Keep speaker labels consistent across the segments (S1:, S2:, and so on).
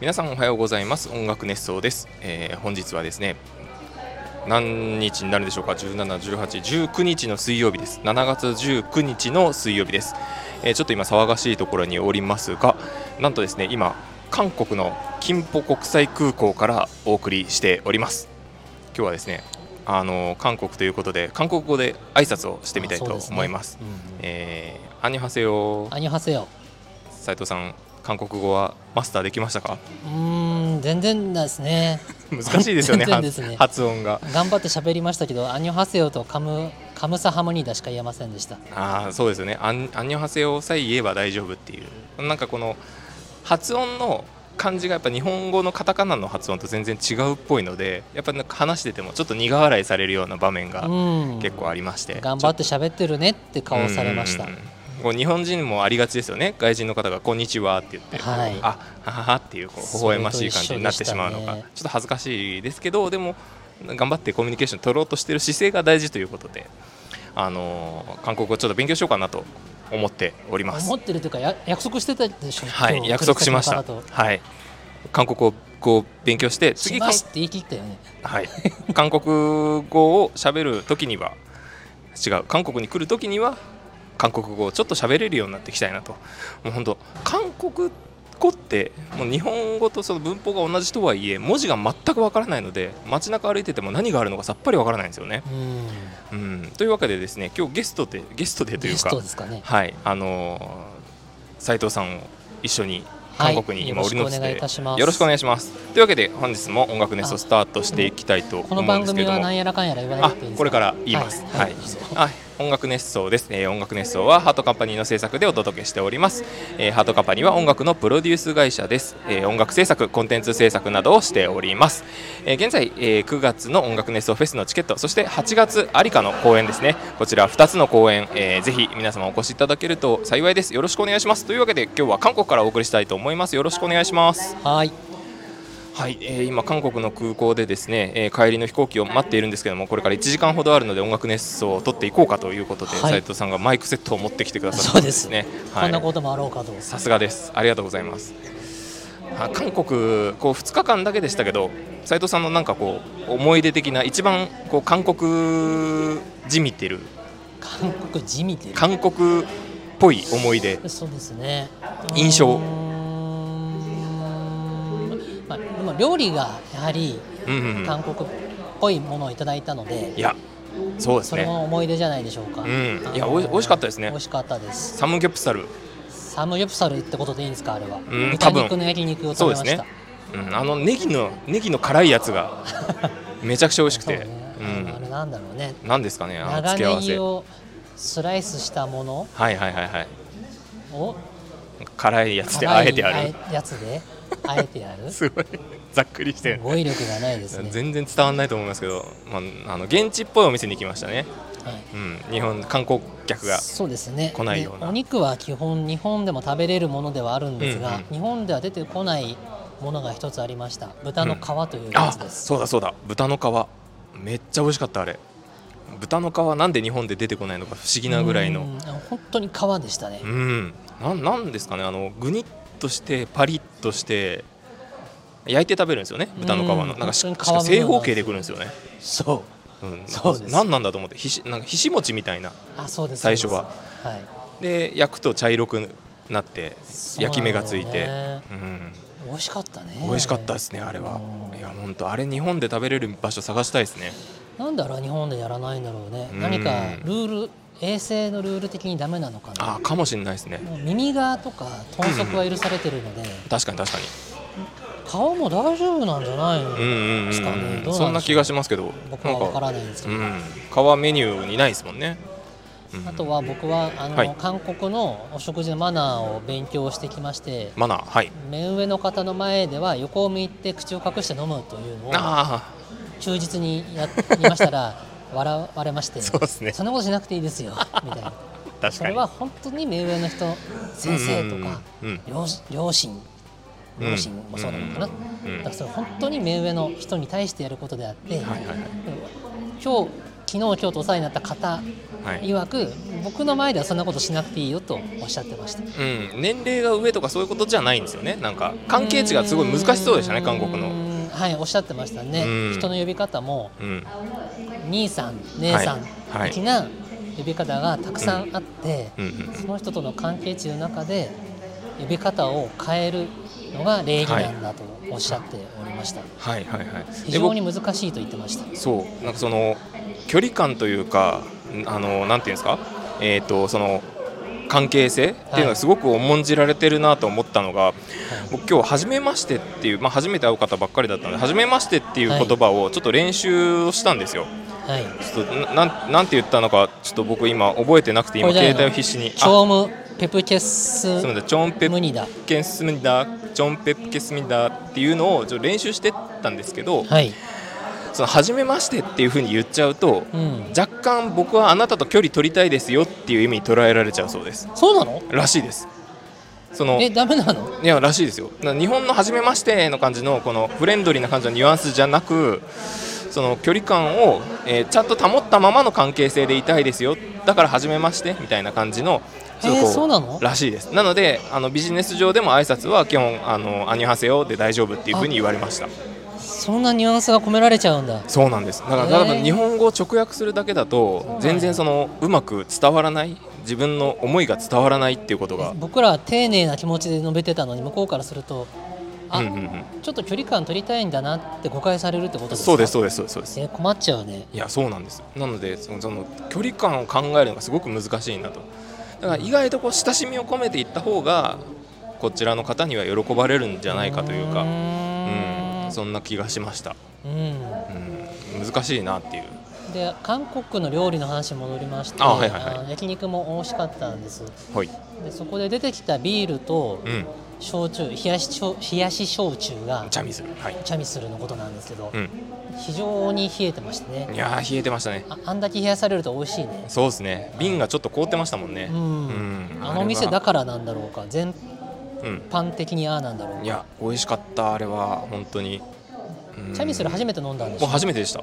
S1: 皆さんおはようございます音楽熱奏です、えー本日はですね何日になるでしょうか17、18、19日の水曜日です7月19日の水曜日です、えーちょっと今騒がしいところにおりますがなんとですね今韓国のキンポ国際空港からお送りしております今日はですねあの韓国ということで韓国語で挨拶をしてみたいと思います
S2: そうでねうんうん
S1: えー、アニハセヨ
S2: アニョハセヨ
S1: 斉藤さん韓国語はマスターできました か
S2: うーん全然ですね
S1: 難しいですよね
S2: 全然ですね
S1: 発発音が
S2: 頑張って喋りましたけどアニョハセヨとカムカムサハムニーダしか言えませんでした
S1: ああそうですよねアンアンニョハセヨさえ言えば大丈夫っていうなんかこの発音の感じがやっぱ日本語のカタカナの発音と全然違うっぽいのでやっぱなんか話しててもちょっと苦笑いされるような場面が
S2: うん
S1: 結構ありまして、
S2: 頑張って喋ってるねって顔をされました
S1: うんうんうんこう日本人もありがちですよね外人の方が「こんにちは」って言って、
S2: はい
S1: あはははっていうこう微笑ましい感じになってしまうのが、
S2: それと一緒でしたね
S1: ちょっと恥ずかしいですけどでも頑張ってコミュニケーション取ろうとしてる姿勢が大事ということで、あのー韓国語ちょっと勉強しようかなと思っております
S2: 思。ってるというかや約束してたでしょ
S1: は
S2: 今
S1: い、
S2: 日
S1: 約束しまし
S2: 来
S1: た
S2: る先の方と。
S1: はい、韓国語を勉強して
S2: し
S1: 次
S2: ましって言い切ったよね
S1: はい、韓国語を喋るときには違う韓国に来るときには韓国語をちょっと喋れるようになっていきたいなともう本当韓国語ってもう日本語とその文法が同じとはいえ文字が全くわからないので街中歩いてても何があるのかさっぱりわからないんですよね。
S2: うん
S1: うん、というわけでですね今日ゲストでゲストでとい
S2: ゲ
S1: う
S2: ス
S1: か
S2: トですかね
S1: はいあの斉藤さんを一緒に韓国に今
S2: はい
S1: 降り乗せて、
S2: よろしくお願いいたします
S1: よろしくお願いしますというわけで本日も音楽ネストスタートしていきたいと思
S2: この
S1: うん
S2: 番
S1: ですけれ
S2: 組
S1: ど
S2: は
S1: も
S2: なんやらかんやら言わな
S1: あ
S2: くていいですか
S1: これから言います。はい、あ音楽熱奏です、えー音楽熱奏はハートカンパニーの制作でお届けしております。えーハートカンパニーは音楽のプロデュース会社です。えー音楽制作、コンテンツ制作などをしております。えー現在、えー9月の音楽熱奏フェスのチケット、そして8月有香の公演ですね。こちら2つの公演、えーぜひ皆様お越しいただけると幸いです。よろしくお願いします。というわけで今日は韓国からお送りしたいと思います。よろしくお願いします。
S2: はい
S1: はい、えー今韓国の空港でですね、えー帰りの飛行機を待っているんですけどもこれから1時間ほどあるので音楽熱奏を取っていこうかということで、
S2: はい
S1: 斉藤さんがマイクセットを持ってきてくださったんですね
S2: こんな
S1: は
S2: こ
S1: い、
S2: ともあろうかと
S1: さすがですありがとうございますあ韓国こう2日間だけでしたけど斉藤さんのなんかこう思い出的な一番こう韓国じみてる
S2: 韓国地味てる
S1: 韓国っぽい思い出
S2: そうですね。
S1: 印象
S2: うーんまあ、でも料理がやはり
S1: うんうんうん
S2: 韓国っぽいものをいただいたので、
S1: いやそうです
S2: それ
S1: ね
S2: も思い出じゃないでしょうか。
S1: うん
S2: あの
S1: いやおい美味しかったですね
S2: 美味しかったです。
S1: サムギョプサル
S2: サムヨプサルってことでいいんですかあれは。
S1: ん多
S2: 豚肉
S1: 分
S2: の焼肉を
S1: そう
S2: 食
S1: です
S2: べました。
S1: ね、うん、あのネギのネギの辛いやつが めちゃくちゃ美味しくて、
S2: そうねあのあれなんだろうね。
S1: うん、なんですかねあの
S2: 長
S1: 付け合
S2: ネ
S1: わせ
S2: ギをスライスしたもの
S1: はいはいはいはい
S2: を
S1: 辛いやつであえてあ
S2: 辛
S1: る
S2: いあえやつであえてやる。す
S1: すごいざっくりしてる
S2: ごい力がないですね。
S1: 全然伝わらないと思いますけど、まあ、あの現地っぽいお店に行きましたね、
S2: はい
S1: うん、日本観光客が
S2: そうですね
S1: 来ないような
S2: でお肉は基本日本でも食べれるものではあるんですが、
S1: うんうん
S2: 日本では出てこないものが一つありました豚の皮というや
S1: あ
S2: つです、
S1: そうだそうだ豚の皮めっちゃ美味しかったあれ豚の皮なんで日本で出てこないのか不思議なぐらいの
S2: うん本当に皮でしたね、
S1: うん、なんなんですかねあのぐにっとしてパリッとして焼いて食べるんですよね豚の皮の、
S2: うん
S1: なんかし
S2: 本当に
S1: しかも
S2: 皮のような
S1: 正方形でくるんですよね、
S2: そう
S1: うん、
S2: そうです
S1: なんなんだと思ってひしなんかひし餅みたいな
S2: あそうです
S1: 最初は
S2: そうです
S1: で焼くと茶色くなって
S2: そうなんだ
S1: 焼き
S2: よね
S1: 目がついて、うん、
S2: はい、美味しかったね
S1: 美味しかったですねあれは
S2: うん
S1: いや本当あれ日本で食べれる場所探したいですね
S2: なんであれは日本でやらないんだろうね、
S1: うん
S2: 何かルール衛生のルール的にダメなのかな
S1: あーかもしれないですね
S2: もう耳側とか豚足は許されてるので、
S1: 確かに確かに
S2: 顔も大丈夫なんじゃないの、
S1: うんうん
S2: ですかねどうなん
S1: うん
S2: で
S1: う
S2: しょ
S1: ん
S2: う
S1: そんな気がしますけど
S2: 僕は
S1: なん
S2: 分からないんですけど、
S1: うん、皮メニューにないですもんね、うん
S2: あとは僕はあの、
S1: はい
S2: 韓国のお食事のマナーを勉強してきまして
S1: マナーはい
S2: 目上の方の前では横を向いて口を隠して飲むというのを
S1: あ
S2: 忠実にや りましたら笑われまして
S1: そうですね
S2: そんなことしなくていいですよ みたいな
S1: あ確かに
S2: それは本当に目上の人先生とか、
S1: うんうん
S2: 両両親
S1: うん
S2: 両親もそうなのかな、
S1: うんうん
S2: だからそれ本当に目上の人に対してやることであって、
S1: はいはいはい
S2: 今日昨昨日今日とお世話になった方
S1: はい
S2: 曰く、僕の前ではそんなことしなくていいよとおっしゃってました
S1: うん、年齢が上とかそういうことじゃないんですよね、なんか関係値がすごい難しそうでしたね、韓国の。
S2: のはいおっしゃってました
S1: う
S2: ね
S1: ん
S2: 人の呼び方も
S1: うん、
S2: 兄さん姉さん
S1: はい
S2: 的な呼び方がたくさんあって、
S1: うん、うん
S2: その人との関係値の中で呼び方を変えるのが礼儀なんだとおっしゃっておりました、
S1: はいはいはい。
S2: 非
S1: で
S2: 常
S1: 僕
S2: に難しいと言ってました
S1: そうなんかその距離感というかんあのなんていうんですかえっ、とその関係性っていうの
S2: はい
S1: がすごく重んじられてるなと思ったのが、僕今日初めましてっていうまあ初めて会う方ばっかりだったので初めましてっていう言葉をちょっと練習をしたんですよ。
S2: はい
S1: ちょっとななんなんて言ったのかちょっと僕今覚えてなくて今
S2: これじゃない
S1: 携
S2: の
S1: 帯を必死に。
S2: チョームペプケス
S1: あすみませんチョンペ
S2: ムニダ
S1: ッケンスミダチョンペッケスミダっていうのをちょっと練習してったんですけど、
S2: はい、
S1: その初めましてっていうふうに言っちゃうと、
S2: うん、
S1: 若干僕はあなたと距離取りたいですよっていう意味に捉えられちゃうそうです
S2: そうなの
S1: らしいですその
S2: え
S1: い
S2: ダメなの
S1: やらしいですよな日本の初めましての感じのこのフレンドリーな感じのニュアンスじゃなくその距離感を、えーちゃんと保ったままの関係性でいたいですよだから初めましてみたいな感じのちょっと
S2: えーそうなの
S1: らしいですなのであのビジネス上でも挨拶は基本あのアニュハセヨで大丈夫っていうふうに言われました
S2: そんなニュアンスが込められちゃうんだ
S1: そうなんですだから
S2: へー
S1: 多分日本語を直訳するだけだと全然そのうまく伝わらない自分の思いが伝わらないっていうことが
S2: 僕らは丁寧な気持ちで述べてたのに向こうからするとあ、
S1: うんうんうん
S2: ちょっと距離感取りたいんだなって誤解されるってことですか
S1: そうですそうですそうですそうです
S2: えー困っちゃうね
S1: いやそうなんですなのでそのその距離感を考えるのがすごく難しいなとだから意外とこう親しみを込めていった方がこちらの方には喜ばれるんじゃないかという
S2: う
S1: かう
S2: ー
S1: んんそんな気がしました
S2: うん
S1: うん難しいなっていう
S2: で韓国の料理の話に戻りまして
S1: あはいはいはい
S2: あの焼肉も美味しかったんです
S1: はい
S2: でそこで出てきたビールと
S1: うん
S2: 焼酎冷やし焼冷やし焼酎が
S1: チャミするはい
S2: チャミスルのことなんですけど、
S1: うん
S2: 非常に冷えてました
S1: い
S2: ね
S1: やー冷えてましたね
S2: ああんだけ冷やされると美味しいね
S1: そうですね瓶がちょっと凍ってましたもんね
S2: うん、
S1: うん
S2: あの店だからなんだろうか全
S1: うん
S2: 般的にああなんだろうか
S1: いや美味しかったあれは本当にうん
S2: チャミスル初めて飲んだんでし
S1: もう
S2: ょ、
S1: 初めてでした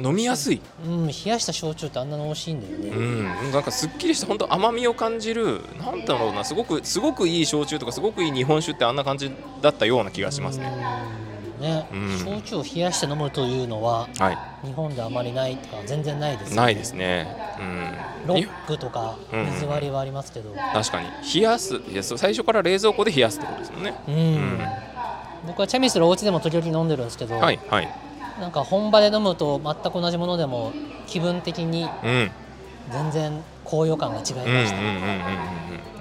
S1: 飲みやすい
S2: うん、冷やした焼酎ってあんなに美味しいんだよね、
S1: うんなんかすっきりした本当甘みを感じるなんだろうなすごくすごくいい焼酎とかすごくいい日本酒ってあんな感じだったような気がしますね
S2: うんね、
S1: うん
S2: 焼酎を冷やして飲むというのは
S1: はい
S2: 日本であまりないとか全然ないですよね
S1: ないですねう
S2: ロ
S1: ん
S2: ッ
S1: に
S2: クとか
S1: うん
S2: 水割りはありますけど、う
S1: 確かに冷やすいやそう最初から冷蔵庫で冷やすってことですもんね
S2: ん
S1: ん
S2: 僕はチャミスルお家でも時々飲んでるんですけど、
S1: はいはい
S2: なんか本場で飲むと全く同じものでも気分的に
S1: うんうん
S2: 全然高揚感が違
S1: う
S2: い
S1: んうんうんうん
S2: ました、
S1: うん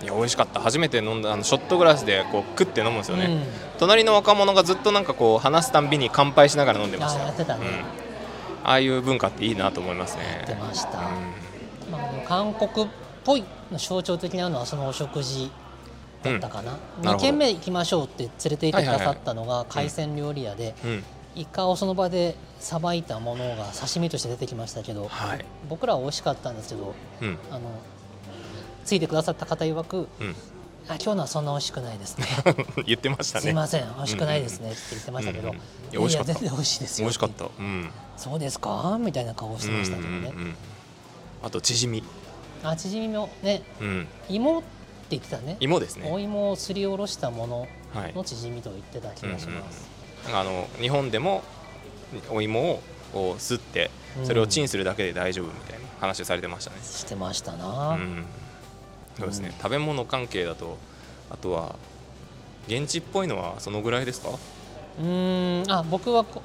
S1: いや美味しかった初めて飲んだあのショットグラスでこう食って飲むんですよね、
S2: うん
S1: 隣の若者がずっとなんかこう話すたんびに乾杯しながら飲んでました
S2: あーやってたね
S1: うんああいう文化っていいなと思いますね
S2: 出ました、
S1: う
S2: まあ、でも韓国っぽいの象徴的なのはそのお食事だったかな,、
S1: うんなるほど
S2: 2軒目行きましょうって連れて行ってくださったのが
S1: いはい
S2: 海鮮料理屋で
S1: んうん
S2: イカをその場でさばいたものが刺身として出てきましたけど
S1: はい
S2: 僕らは美味しかったんですけど
S1: うん
S2: あのついてくださった方曰く
S1: うん
S2: 「あ今日のはそんな美味しくないですね
S1: 言 ってました
S2: すい
S1: ね
S2: ません美味しくないですね」って言ってましたけど
S1: うんうんい
S2: 「
S1: や美味しかった
S2: 全然美味しいです
S1: 美
S2: よ」
S1: 味しかったうん
S2: そうですか?」みたいな顔してましたけどね
S1: うんうんうんあとチヂミ
S2: あ縮みもね
S1: うん
S2: 芋って言ってたね
S1: 芋ですね
S2: お芋をすりおろしたもの
S1: はい
S2: の縮みと言ってた気がします。
S1: なんかあの日本でもお芋をこうすってそれをチンするだけで大丈夫みたいな話をされてましたね
S2: してました
S1: う
S2: な。
S1: んそうですね食べ物関係だとあとは現地っぽいのはそのぐらいですか
S2: うーん、あ、僕はこ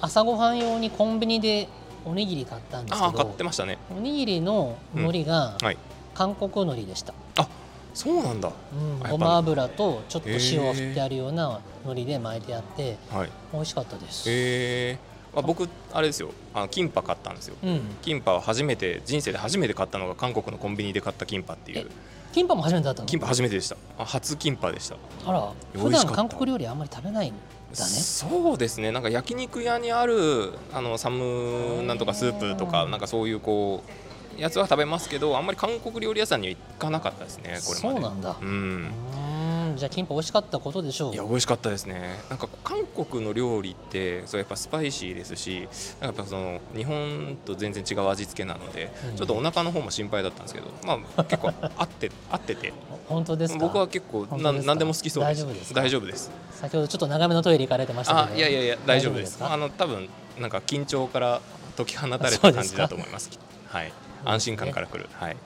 S2: 朝ごはん用にコンビニでおにぎり買ったんです
S1: ああ
S2: け
S1: 買って
S2: ど、
S1: ましたね
S2: おにぎりの海苔が
S1: はい
S2: 韓国海苔でした。
S1: あそうなんだ
S2: うん
S1: あやっぱ
S2: ごま油とちょっと塩を振ってあるような海苔で巻いてあって
S1: はい
S2: 美味しかったです。
S1: えー、あ僕あれですよあのキンパ買ったんですよ
S2: うん、
S1: キンパは初めて人生で初めて買ったのが韓国のコンビニで買ったキンパっていう
S2: えキンパも初めてだったの
S1: キンパ初めてでしたあ初キンパでした
S2: あら
S1: 美
S2: 普
S1: 味し
S2: 段
S1: かった
S2: 韓国料理あんまり食べないんだね
S1: そうですねなんか焼肉屋にあるあのサムなんとかスープとかなんかそういうこうやつは食べますけどあんまり韓国料理屋さんには行かなかったですねこれまで
S2: そうなんだ
S1: うん
S2: うーんんじゃあキンパ美味しかったことでしょう
S1: いや美味しかったですねなんかこう韓国の料理ってそうやっぱスパイシーですしなんかやっぱその日本と全然違う味付けなので、
S2: うん
S1: ちょっとお腹の方も心配だったんですけど、まあ、結構合って合ってて
S2: 本当ですか
S1: 僕は結構
S2: 本
S1: な
S2: 当で
S1: ん
S2: すか
S1: 何でも好きそうです
S2: 大丈夫ですか
S1: 大丈夫です
S2: 先ほどちょっと長めのトイレ行かれてましたけ
S1: あ
S2: ど
S1: いやいやいや大丈夫です
S2: か
S1: あの多分なんか緊張から解き放たれ
S2: あそう
S1: た
S2: で
S1: 感
S2: す
S1: じ
S2: か
S1: だと思いますはい安心感からくる、はい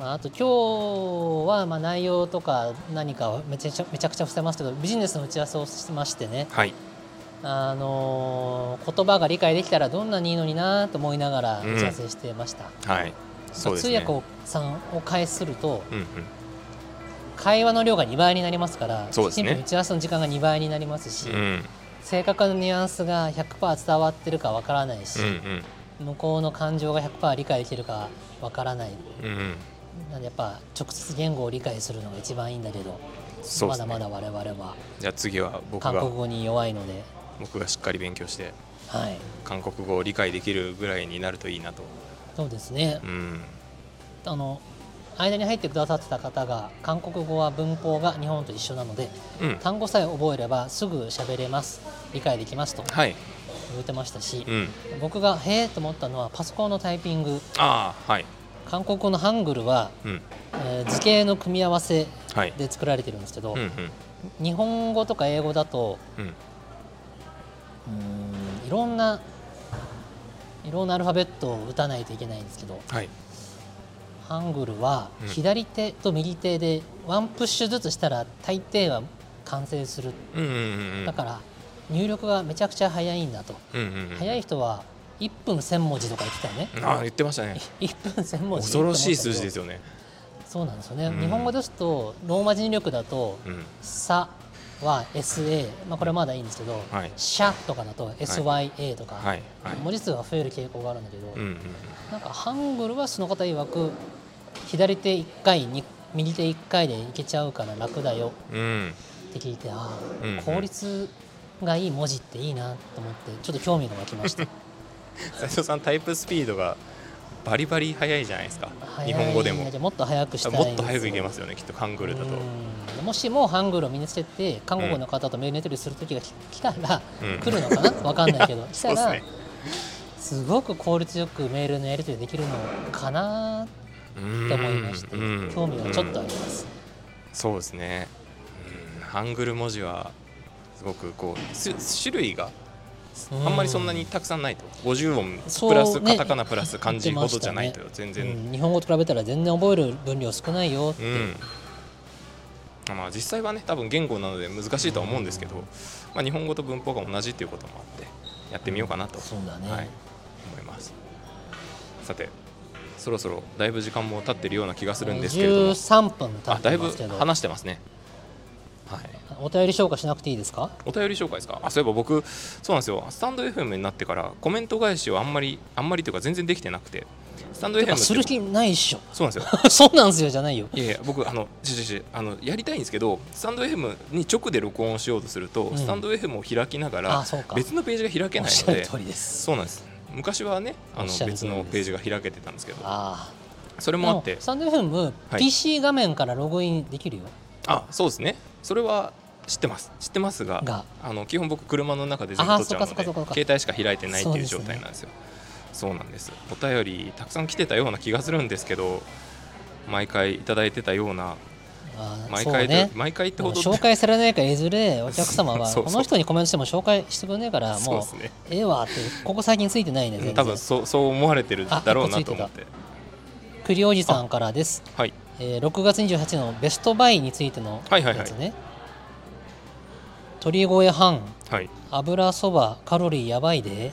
S2: まあ、あと今日はまあ内容とか何かをめちゃくちゃめちゃくちゃ伏せますけどビジネスの打ち合わせをしてましてね、
S1: はい
S2: あのー言葉が理解できたらどんなにいいのになと思いながら
S1: うん
S2: 打ち合わせしてました、
S1: はいそうです
S2: 通
S1: ね
S2: 訳さんを介すると
S1: うんうん
S2: 会話の量が2倍になりますから
S1: そうですね
S2: きちんと打ち合わせの時間が2倍になりますし、
S1: うん
S2: 正確なニュアンスが100%伝わってるかわからないし
S1: う、ん
S2: 向こうの感情が100%理解できるかわからない
S1: うんうんうん
S2: なんでやっぱ直接言語を理解するのが一番いいんだけど、
S1: そうで
S2: ますだ
S1: ね
S2: まだ我々は
S1: じゃあ次は僕
S2: 韓
S1: が
S2: 国語に弱いので、
S1: 僕がしっかり勉強して
S2: はい、
S1: 韓国語を理解できるぐらいになるといいなと、
S2: そうですね
S1: う、ん、
S2: あの間に入ってくださってた方が韓国語は文法が日本と一緒なので
S1: うん、
S2: 単語さえ覚えればすぐ喋れます理解できますと
S1: はい、
S2: 言ってましたし
S1: う、ん、
S2: 僕がへえと思ったのはパソコンのタイピング
S1: ああはい、
S2: 韓国語のハングルは、
S1: うん、
S2: えー図形の組み合わせ
S1: はい、
S2: で作られてるんですけど、
S1: うんうん
S2: 日本語とか英語だと
S1: うん、
S2: うーんいろんないろんなアルファベットを打たないといけないんですけど
S1: はい、
S2: ハングルは
S1: うん
S2: 左手と右手でワンプッシュずつしたら大抵は完成する、
S1: うんうんうん
S2: だから入力がめちゃくちゃ早いんだと、
S1: うん、うんうんうん、
S2: 早い人は1分1000文字とか言ってたよね
S1: ああ言ってましたね、
S2: 1分1000文字
S1: 恐ろしい数字ですよね、
S2: そうなんですよね、
S1: うん
S2: 日本語ですとローマ字入力だと
S1: うん、
S2: 「さ」は SA、まあ、これまだいいんですけど「
S1: はい
S2: しゃ」とかだと SYA とか、
S1: はい、はい、
S2: 文字数が増える傾向があるんだけど、
S1: うんうん、
S2: なんかハングルはその方曰く左手1回に右手1回でいけちゃうから楽だよ
S1: うん、
S2: って聞いてああ、
S1: うんうん
S2: 効率がいい文字っていいなと思ってちょっと興味が湧きました
S1: 斉藤さんタイプスピードがバリバリ速いじゃないですか、
S2: 早い
S1: 日本語でも
S2: んだけ、どもっと早くしたい
S1: もっと早くいけますすよねきっとハングルだと、
S2: うんもしもハングルを身につけて韓国の方とメールネトリする時がき来たら、
S1: うん
S2: 来るのかな分かんないけど 来
S1: そう
S2: た
S1: です
S2: ら
S1: ね、
S2: すごく効率よくメールのやり取りできるのかなと
S1: と
S2: 思いまして、興味がちょっとあります、
S1: そうですね、うん、ハングル文字はすごくこうす種類があんまりそんなにたくさんないと、50音
S2: そう
S1: プラス
S2: ね
S1: カタカナプラス漢字
S2: 言
S1: ほ
S2: ってま
S1: ど
S2: したね
S1: じゃないと全然、
S2: うん日本語と比べたら全然覚える分量少ないよって、
S1: うんまあ、実際はね多分言語なので難しいとは思うんですけど、まあ、日本語と文法が同じっていうこともあってやってみようかなと、
S2: そうだね、
S1: はい、思いますさてそろそろだいぶ時間も経ってるような気がするんですけれども
S2: 13分経
S1: あ
S2: っ
S1: だ
S2: て
S1: いぶ
S2: ますけど
S1: 話してますねはい
S2: お便り消化しなくていいですか
S1: お便り紹介ですかあそういえば僕そうなんですよスタンド FM になってからコメント返しをあんまりあんまりというか全然できてなくてスタンド FM
S2: あする
S1: って
S2: 気ないっしょ
S1: そうなんですよ
S2: そうなんですよじゃないよ
S1: いやいや僕あのちょちょちょあのやりたいんですけどスタンド FM に直で録音しようとすると、
S2: うん
S1: スタンド FM を開きなが
S2: あ
S1: ら
S2: そうか
S1: 別のページが開け
S2: お
S1: な
S2: っ
S1: い
S2: しゃ
S1: の
S2: る
S1: で
S2: 通りです
S1: そうなんです昔はねあ
S2: おっ
S1: の
S2: しゃる通
S1: 別
S2: りです
S1: のページが開けてたんですけど
S2: あ
S1: それ
S2: あ
S1: もあって
S2: スタンド FM、
S1: はい
S2: PC 画面からログインできるよ
S1: あそうですねそれは知ってます知ってますが
S2: が
S1: あの基本僕車の中で全部撮っちゃうの
S2: あーそっか
S1: で
S2: そっかそっか
S1: 携帯しか開いてないっていう状
S2: そうですね
S1: 態なんですよそうなんですお便りたくさん来てたような気がするんですけど毎回いただいてたような
S2: ああ
S1: 毎
S2: そう
S1: 回で、
S2: ね
S1: 毎回ってほど
S2: 紹介されないからいずれお客様 は
S1: そうそう
S2: この人にコメントしても紹介してくれないから
S1: そう
S2: も
S1: で
S2: う
S1: すね
S2: ええわってここ最近ついてないね全然
S1: 多分そうそう思われてるだろうなと思って
S2: 栗おじさんからです
S1: はい
S2: えー6月28日のベストバイについての
S1: はいはいはい
S2: やつね、鳥越半
S1: はい
S2: 油そばカロリーやば いで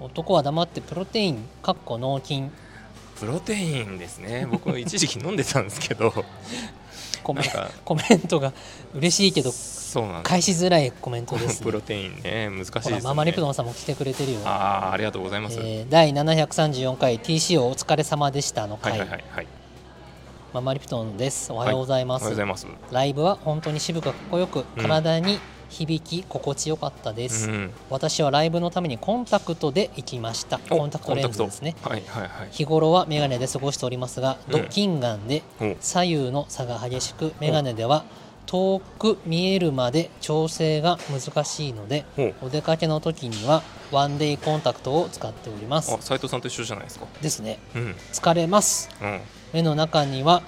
S2: 男は黙ってプロテインかっこ納筋
S1: プロテインですね僕も一時期飲んでたんですけど
S2: コメン
S1: なんか
S2: コメントが嬉しいけど
S1: そうなんです
S2: 返しづらいコメントです、ね、
S1: プロテインね難しいです
S2: ほ
S1: よ
S2: ら
S1: ね
S2: ママリプドンさんも来てくれてるよ、
S1: ああありがとうございます、
S2: えー第734回 TC をお疲れ様でしたの
S1: は
S2: 回、
S1: いはいはいはい
S2: ママリプドンですおはようござい
S1: お
S2: ま
S1: は
S2: す、
S1: ようございます
S2: ライブは本当に渋くかっこよく
S1: うん
S2: 体に響き心地よかったです、
S1: うん
S2: 私はライブのためにコンタクトで行きました
S1: お
S2: コンタクトレンズですね
S1: コンタクトはいはいはい
S2: 日頃はメガネで過ごしておりますが
S1: うん
S2: ドッキンガンで
S1: お
S2: 左右の差が激しくメガネでは遠く見えるまで調整が難しいので
S1: ほう
S2: お出かけの時にはワンデイコンタクトを使っております
S1: あ斉藤さんと一緒じゃないですか
S2: ですね
S1: うん
S2: 疲れます
S1: うん
S2: 目の中には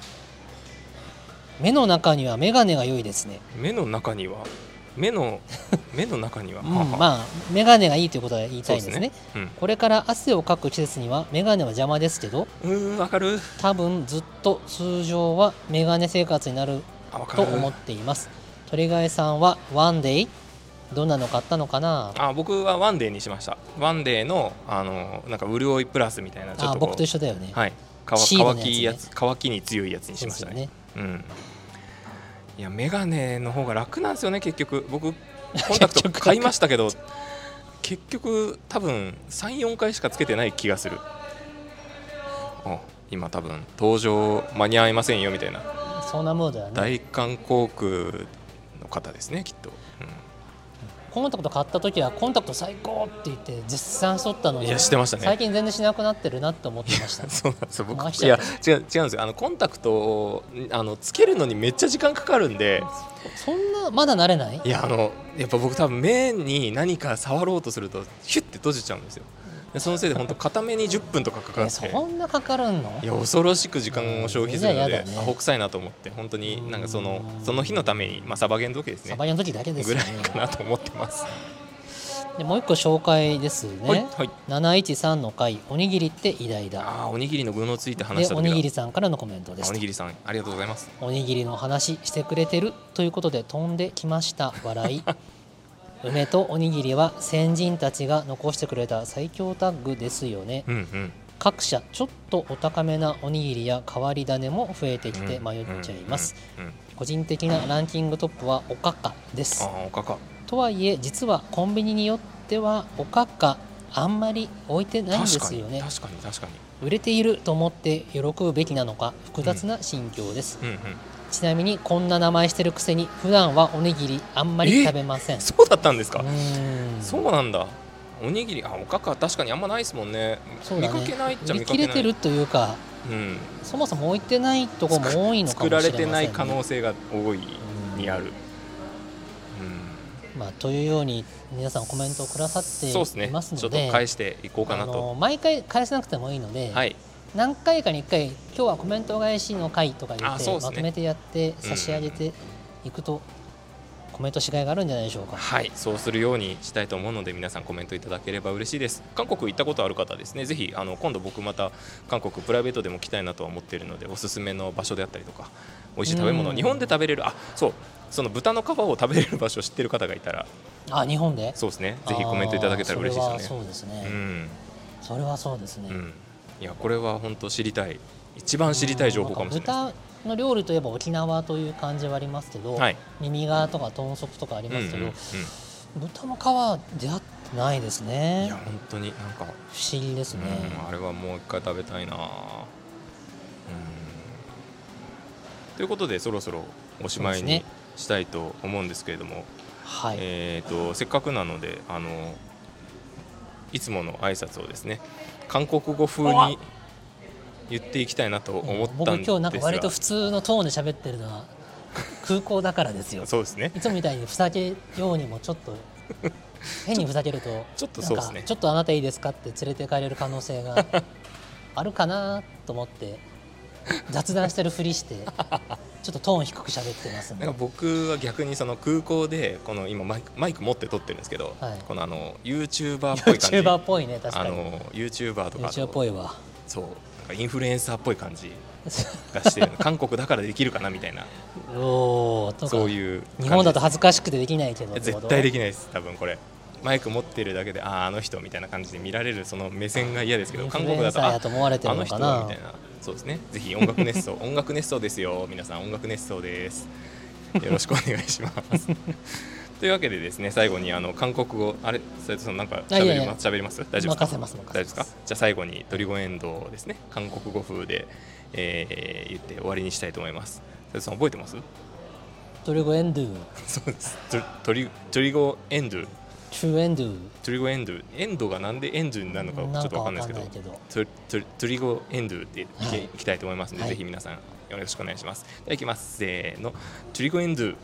S2: 目の中には眼鏡が良いですね、
S1: 目の中には目の目の中には、
S2: うん、
S1: はは
S2: まあ眼鏡がいいということは言いた
S1: そう
S2: い
S1: で
S2: ですす
S1: ね
S2: ねこれから汗をかく季節には眼鏡は邪魔ですけど
S1: うんうーんわかる
S2: 多分ずっと通常は眼鏡生活になる
S1: あわか
S2: と
S1: る
S2: 思っています鳥貝さんはワンデイどんなの買ったのかな
S1: あ僕はワンデーにしましたワンデーのあのなんか潤いプラスみたいなちょっ
S2: あ
S1: とこう
S2: 僕と一緒だよね、
S1: はい乾
S2: シードの
S1: 乾
S2: やつね
S1: きやつ乾きに強いやつにし
S2: そう
S1: まし
S2: です
S1: た
S2: よ
S1: ね
S2: ね
S1: うんいやメガネの方が楽なんですよね結局僕 コンタクト
S2: 結局
S1: 買いましたけど結局多分34回しかつけてない気がするあ今多分登場間に合いませんよみたいな
S2: そんなムードだね
S1: 大韓航空の方ですねきっと、
S2: コンタクト買った時はコンタクト最高って言って絶賛しとったの
S1: うん、
S2: に
S1: いやしてましたね
S2: 最近全然しなくなってるなって思ってました
S1: そうなんですよ僕
S2: 飽き
S1: い
S2: ちゃ
S1: や
S2: う
S1: 違う違うんですよあのコンタクトをあのつけるのにめっちゃ時間かかるんで
S2: そんなまだ慣れない
S1: いやあのやっぱ僕多分目に何か触ろうとするとヒュッて閉じちゃうんですよでそのせいで本当片目に10分とかかか
S2: い
S1: っ
S2: や
S1: て
S2: そんなかかるの
S1: いや恐ろしく時間を消費する
S2: う
S1: の
S2: んじゃ
S1: で
S2: あやだね
S1: アホ臭いなと思って本当になんかその
S2: うん
S1: その日のためにまあサバゲンの時です
S2: サ
S1: ね
S2: バイの時だけです
S1: ぐ
S2: よ
S1: ら
S2: ね
S1: いかなと思ってます
S2: でもう一個紹介です
S1: はい
S2: ね
S1: はい
S2: 713の回おにぎりって偉大だ
S1: あーおにぎりの具のついて話
S2: で
S1: した
S2: お
S1: 時だ
S2: にぎりさんからのコメントで
S1: あ
S2: す
S1: おにぎりさんありがとうございます
S2: おにぎりの話してくれてるということで飛んできました笑い 梅とおにぎりは先人たちが残してくれた最強タッグですよね
S1: うんうん
S2: 各社ちょっとお高めなおにぎりや変わり種も増えてきて
S1: うん
S2: 迷っちゃいます
S1: うんうんうん
S2: 個人的なランキングトップはおかかです
S1: あーおかか
S2: とはいえ実はコンビニによってはおかかあんまり置いてないんで
S1: 確か
S2: す
S1: に
S2: よね
S1: 確かに確か
S2: 売れていると思って喜ぶべきなのか複雑な心境です、
S1: にうんうん
S2: ちなみにこんな名前してるくせに普段はおにぎりあんまり食べません
S1: そうだったんですか
S2: うーん
S1: そうなんだおにぎりあおかか確かにあんまないですもんね
S2: そうだね
S1: 見かけないっちゃ
S2: 売
S1: 見
S2: り
S1: かけな
S2: 切
S1: い
S2: れてるというか
S1: うん、
S2: そもそも置いてないとこも多いの
S1: 作
S2: かもしれ
S1: ら
S2: ませ
S1: れ
S2: ん、ね、
S1: てない可能性が多いにある、
S2: まあ、というように皆さんコメントをくださって
S1: そうですね
S2: いますの
S1: ちょ
S2: で
S1: っと返していこうかな
S2: あの
S1: と
S2: 毎回返さなくてもいいので、
S1: はい
S2: 何回かに1回今日はコメント返しの回とか言
S1: あ
S2: って、
S1: そうです
S2: ま
S1: ね
S2: とめてやって差し上げていくとコメントしがいがあるんじゃないでしょうか。
S1: はいそうするようにしたいと思うので皆さんコメントいただければ嬉しいです韓国行ったことある方ですねぜひあの今度僕また韓国プライベートでも来たいなとは思っているのでおすすめの場所であったりとか美味しい食べ物
S2: うん
S1: 日本で食べれるあそうその豚の皮を食べれる場所を知ってる方がいたら
S2: あ日本で
S1: そうですねぜひコメントいただけたら嬉しい
S2: あー
S1: です
S2: そ
S1: よ
S2: れ
S1: ね
S2: はそうですね、
S1: うん
S2: それはそうですね、
S1: うん、いやこれは本当知りたい一番知りたい情報かもしれない
S2: なんか豚の料理といえば沖縄という感じはありますけど、
S1: はい
S2: 耳側とか豚足とかあり
S1: うんう
S2: ま
S1: ん
S2: すけど、
S1: うん
S2: 豚の皮出会ってないです
S1: い
S2: ね
S1: や本当になんか、
S2: 不思議ですね、
S1: うん、あれはもう一回食べたいな、うん、ということでそろそろおしまい
S2: そうで
S1: に
S2: すね
S1: したいと思うんですけれども、
S2: はい、
S1: えー、とせっかくなのであのいつもの挨拶をですね韓国語風に言っていきたいなと思ったん
S2: 僕
S1: ですが
S2: 今日なんか割と普通のトーンで喋ってるのは空港だからですよ
S1: そうですね
S2: いつもみたいにふざけようにもちょっ と変にふざけると
S1: ちょっと
S2: な
S1: そう
S2: ん
S1: です
S2: か
S1: ね
S2: ちょっとあなたいいですかって連れて帰れる可能 性があるかなと思って雑談してるふ りしてちょっとトーン低く喋ってますん
S1: な
S2: で
S1: んか僕は逆にその空港でこの今マイクマイク持って撮ってるんですけど、
S2: はい
S1: このあのユーチューバーっぽい感じ
S2: YouTuber っぽいね確
S1: あ
S2: かに
S1: のユーチューバーとかあ
S2: YouTuber っ
S1: と
S2: ぽ いわ
S1: そうなんかインフルエンサーっぽい感じがして る韓国だからできるかなみたいな
S2: おーとか
S1: そういう感じ
S2: 日本だと恥ずかしくてできないけど
S1: 絶対で
S2: き
S1: きないです多分これマイク持ってるだけであああの人みたいな感じで見られるその目線が嫌ですけど韓国だとあ
S2: やと思われて
S1: あ
S2: る
S1: の
S2: の
S1: 人
S2: か
S1: み
S2: な
S1: たいなそうですねぜひ音楽熱奏音楽熱奏ですよ皆さん音楽熱奏ですよろしくお願いします というわけでですね最後にあの韓国語あれ斉藤さんなんか
S2: あい
S1: 喋
S2: やい
S1: り
S2: や
S1: ます喋ります大丈夫ですか
S2: 任せます任せま
S1: 大
S2: す
S1: 丈夫ですかじゃあ最後に鳥越遠藤をですね韓国語風で、えー言って終わりにしたいと思います斉藤さん覚えて ます
S2: トリゴエンドゥ
S1: そうですと 鳥鳥越遠藤
S2: チュエンドゥ
S1: 鳥越遠藤遠藤がなんで遠藤になるのかちょっとわかんないですけど
S2: なんかわかんないけど
S1: トトトリゴエンドゥでいけ、
S2: はい
S1: いきたいと思いますので、
S2: はい
S1: ぜひ皆さんよろしくお願いしますではいきますせーのチュリコエンドゥ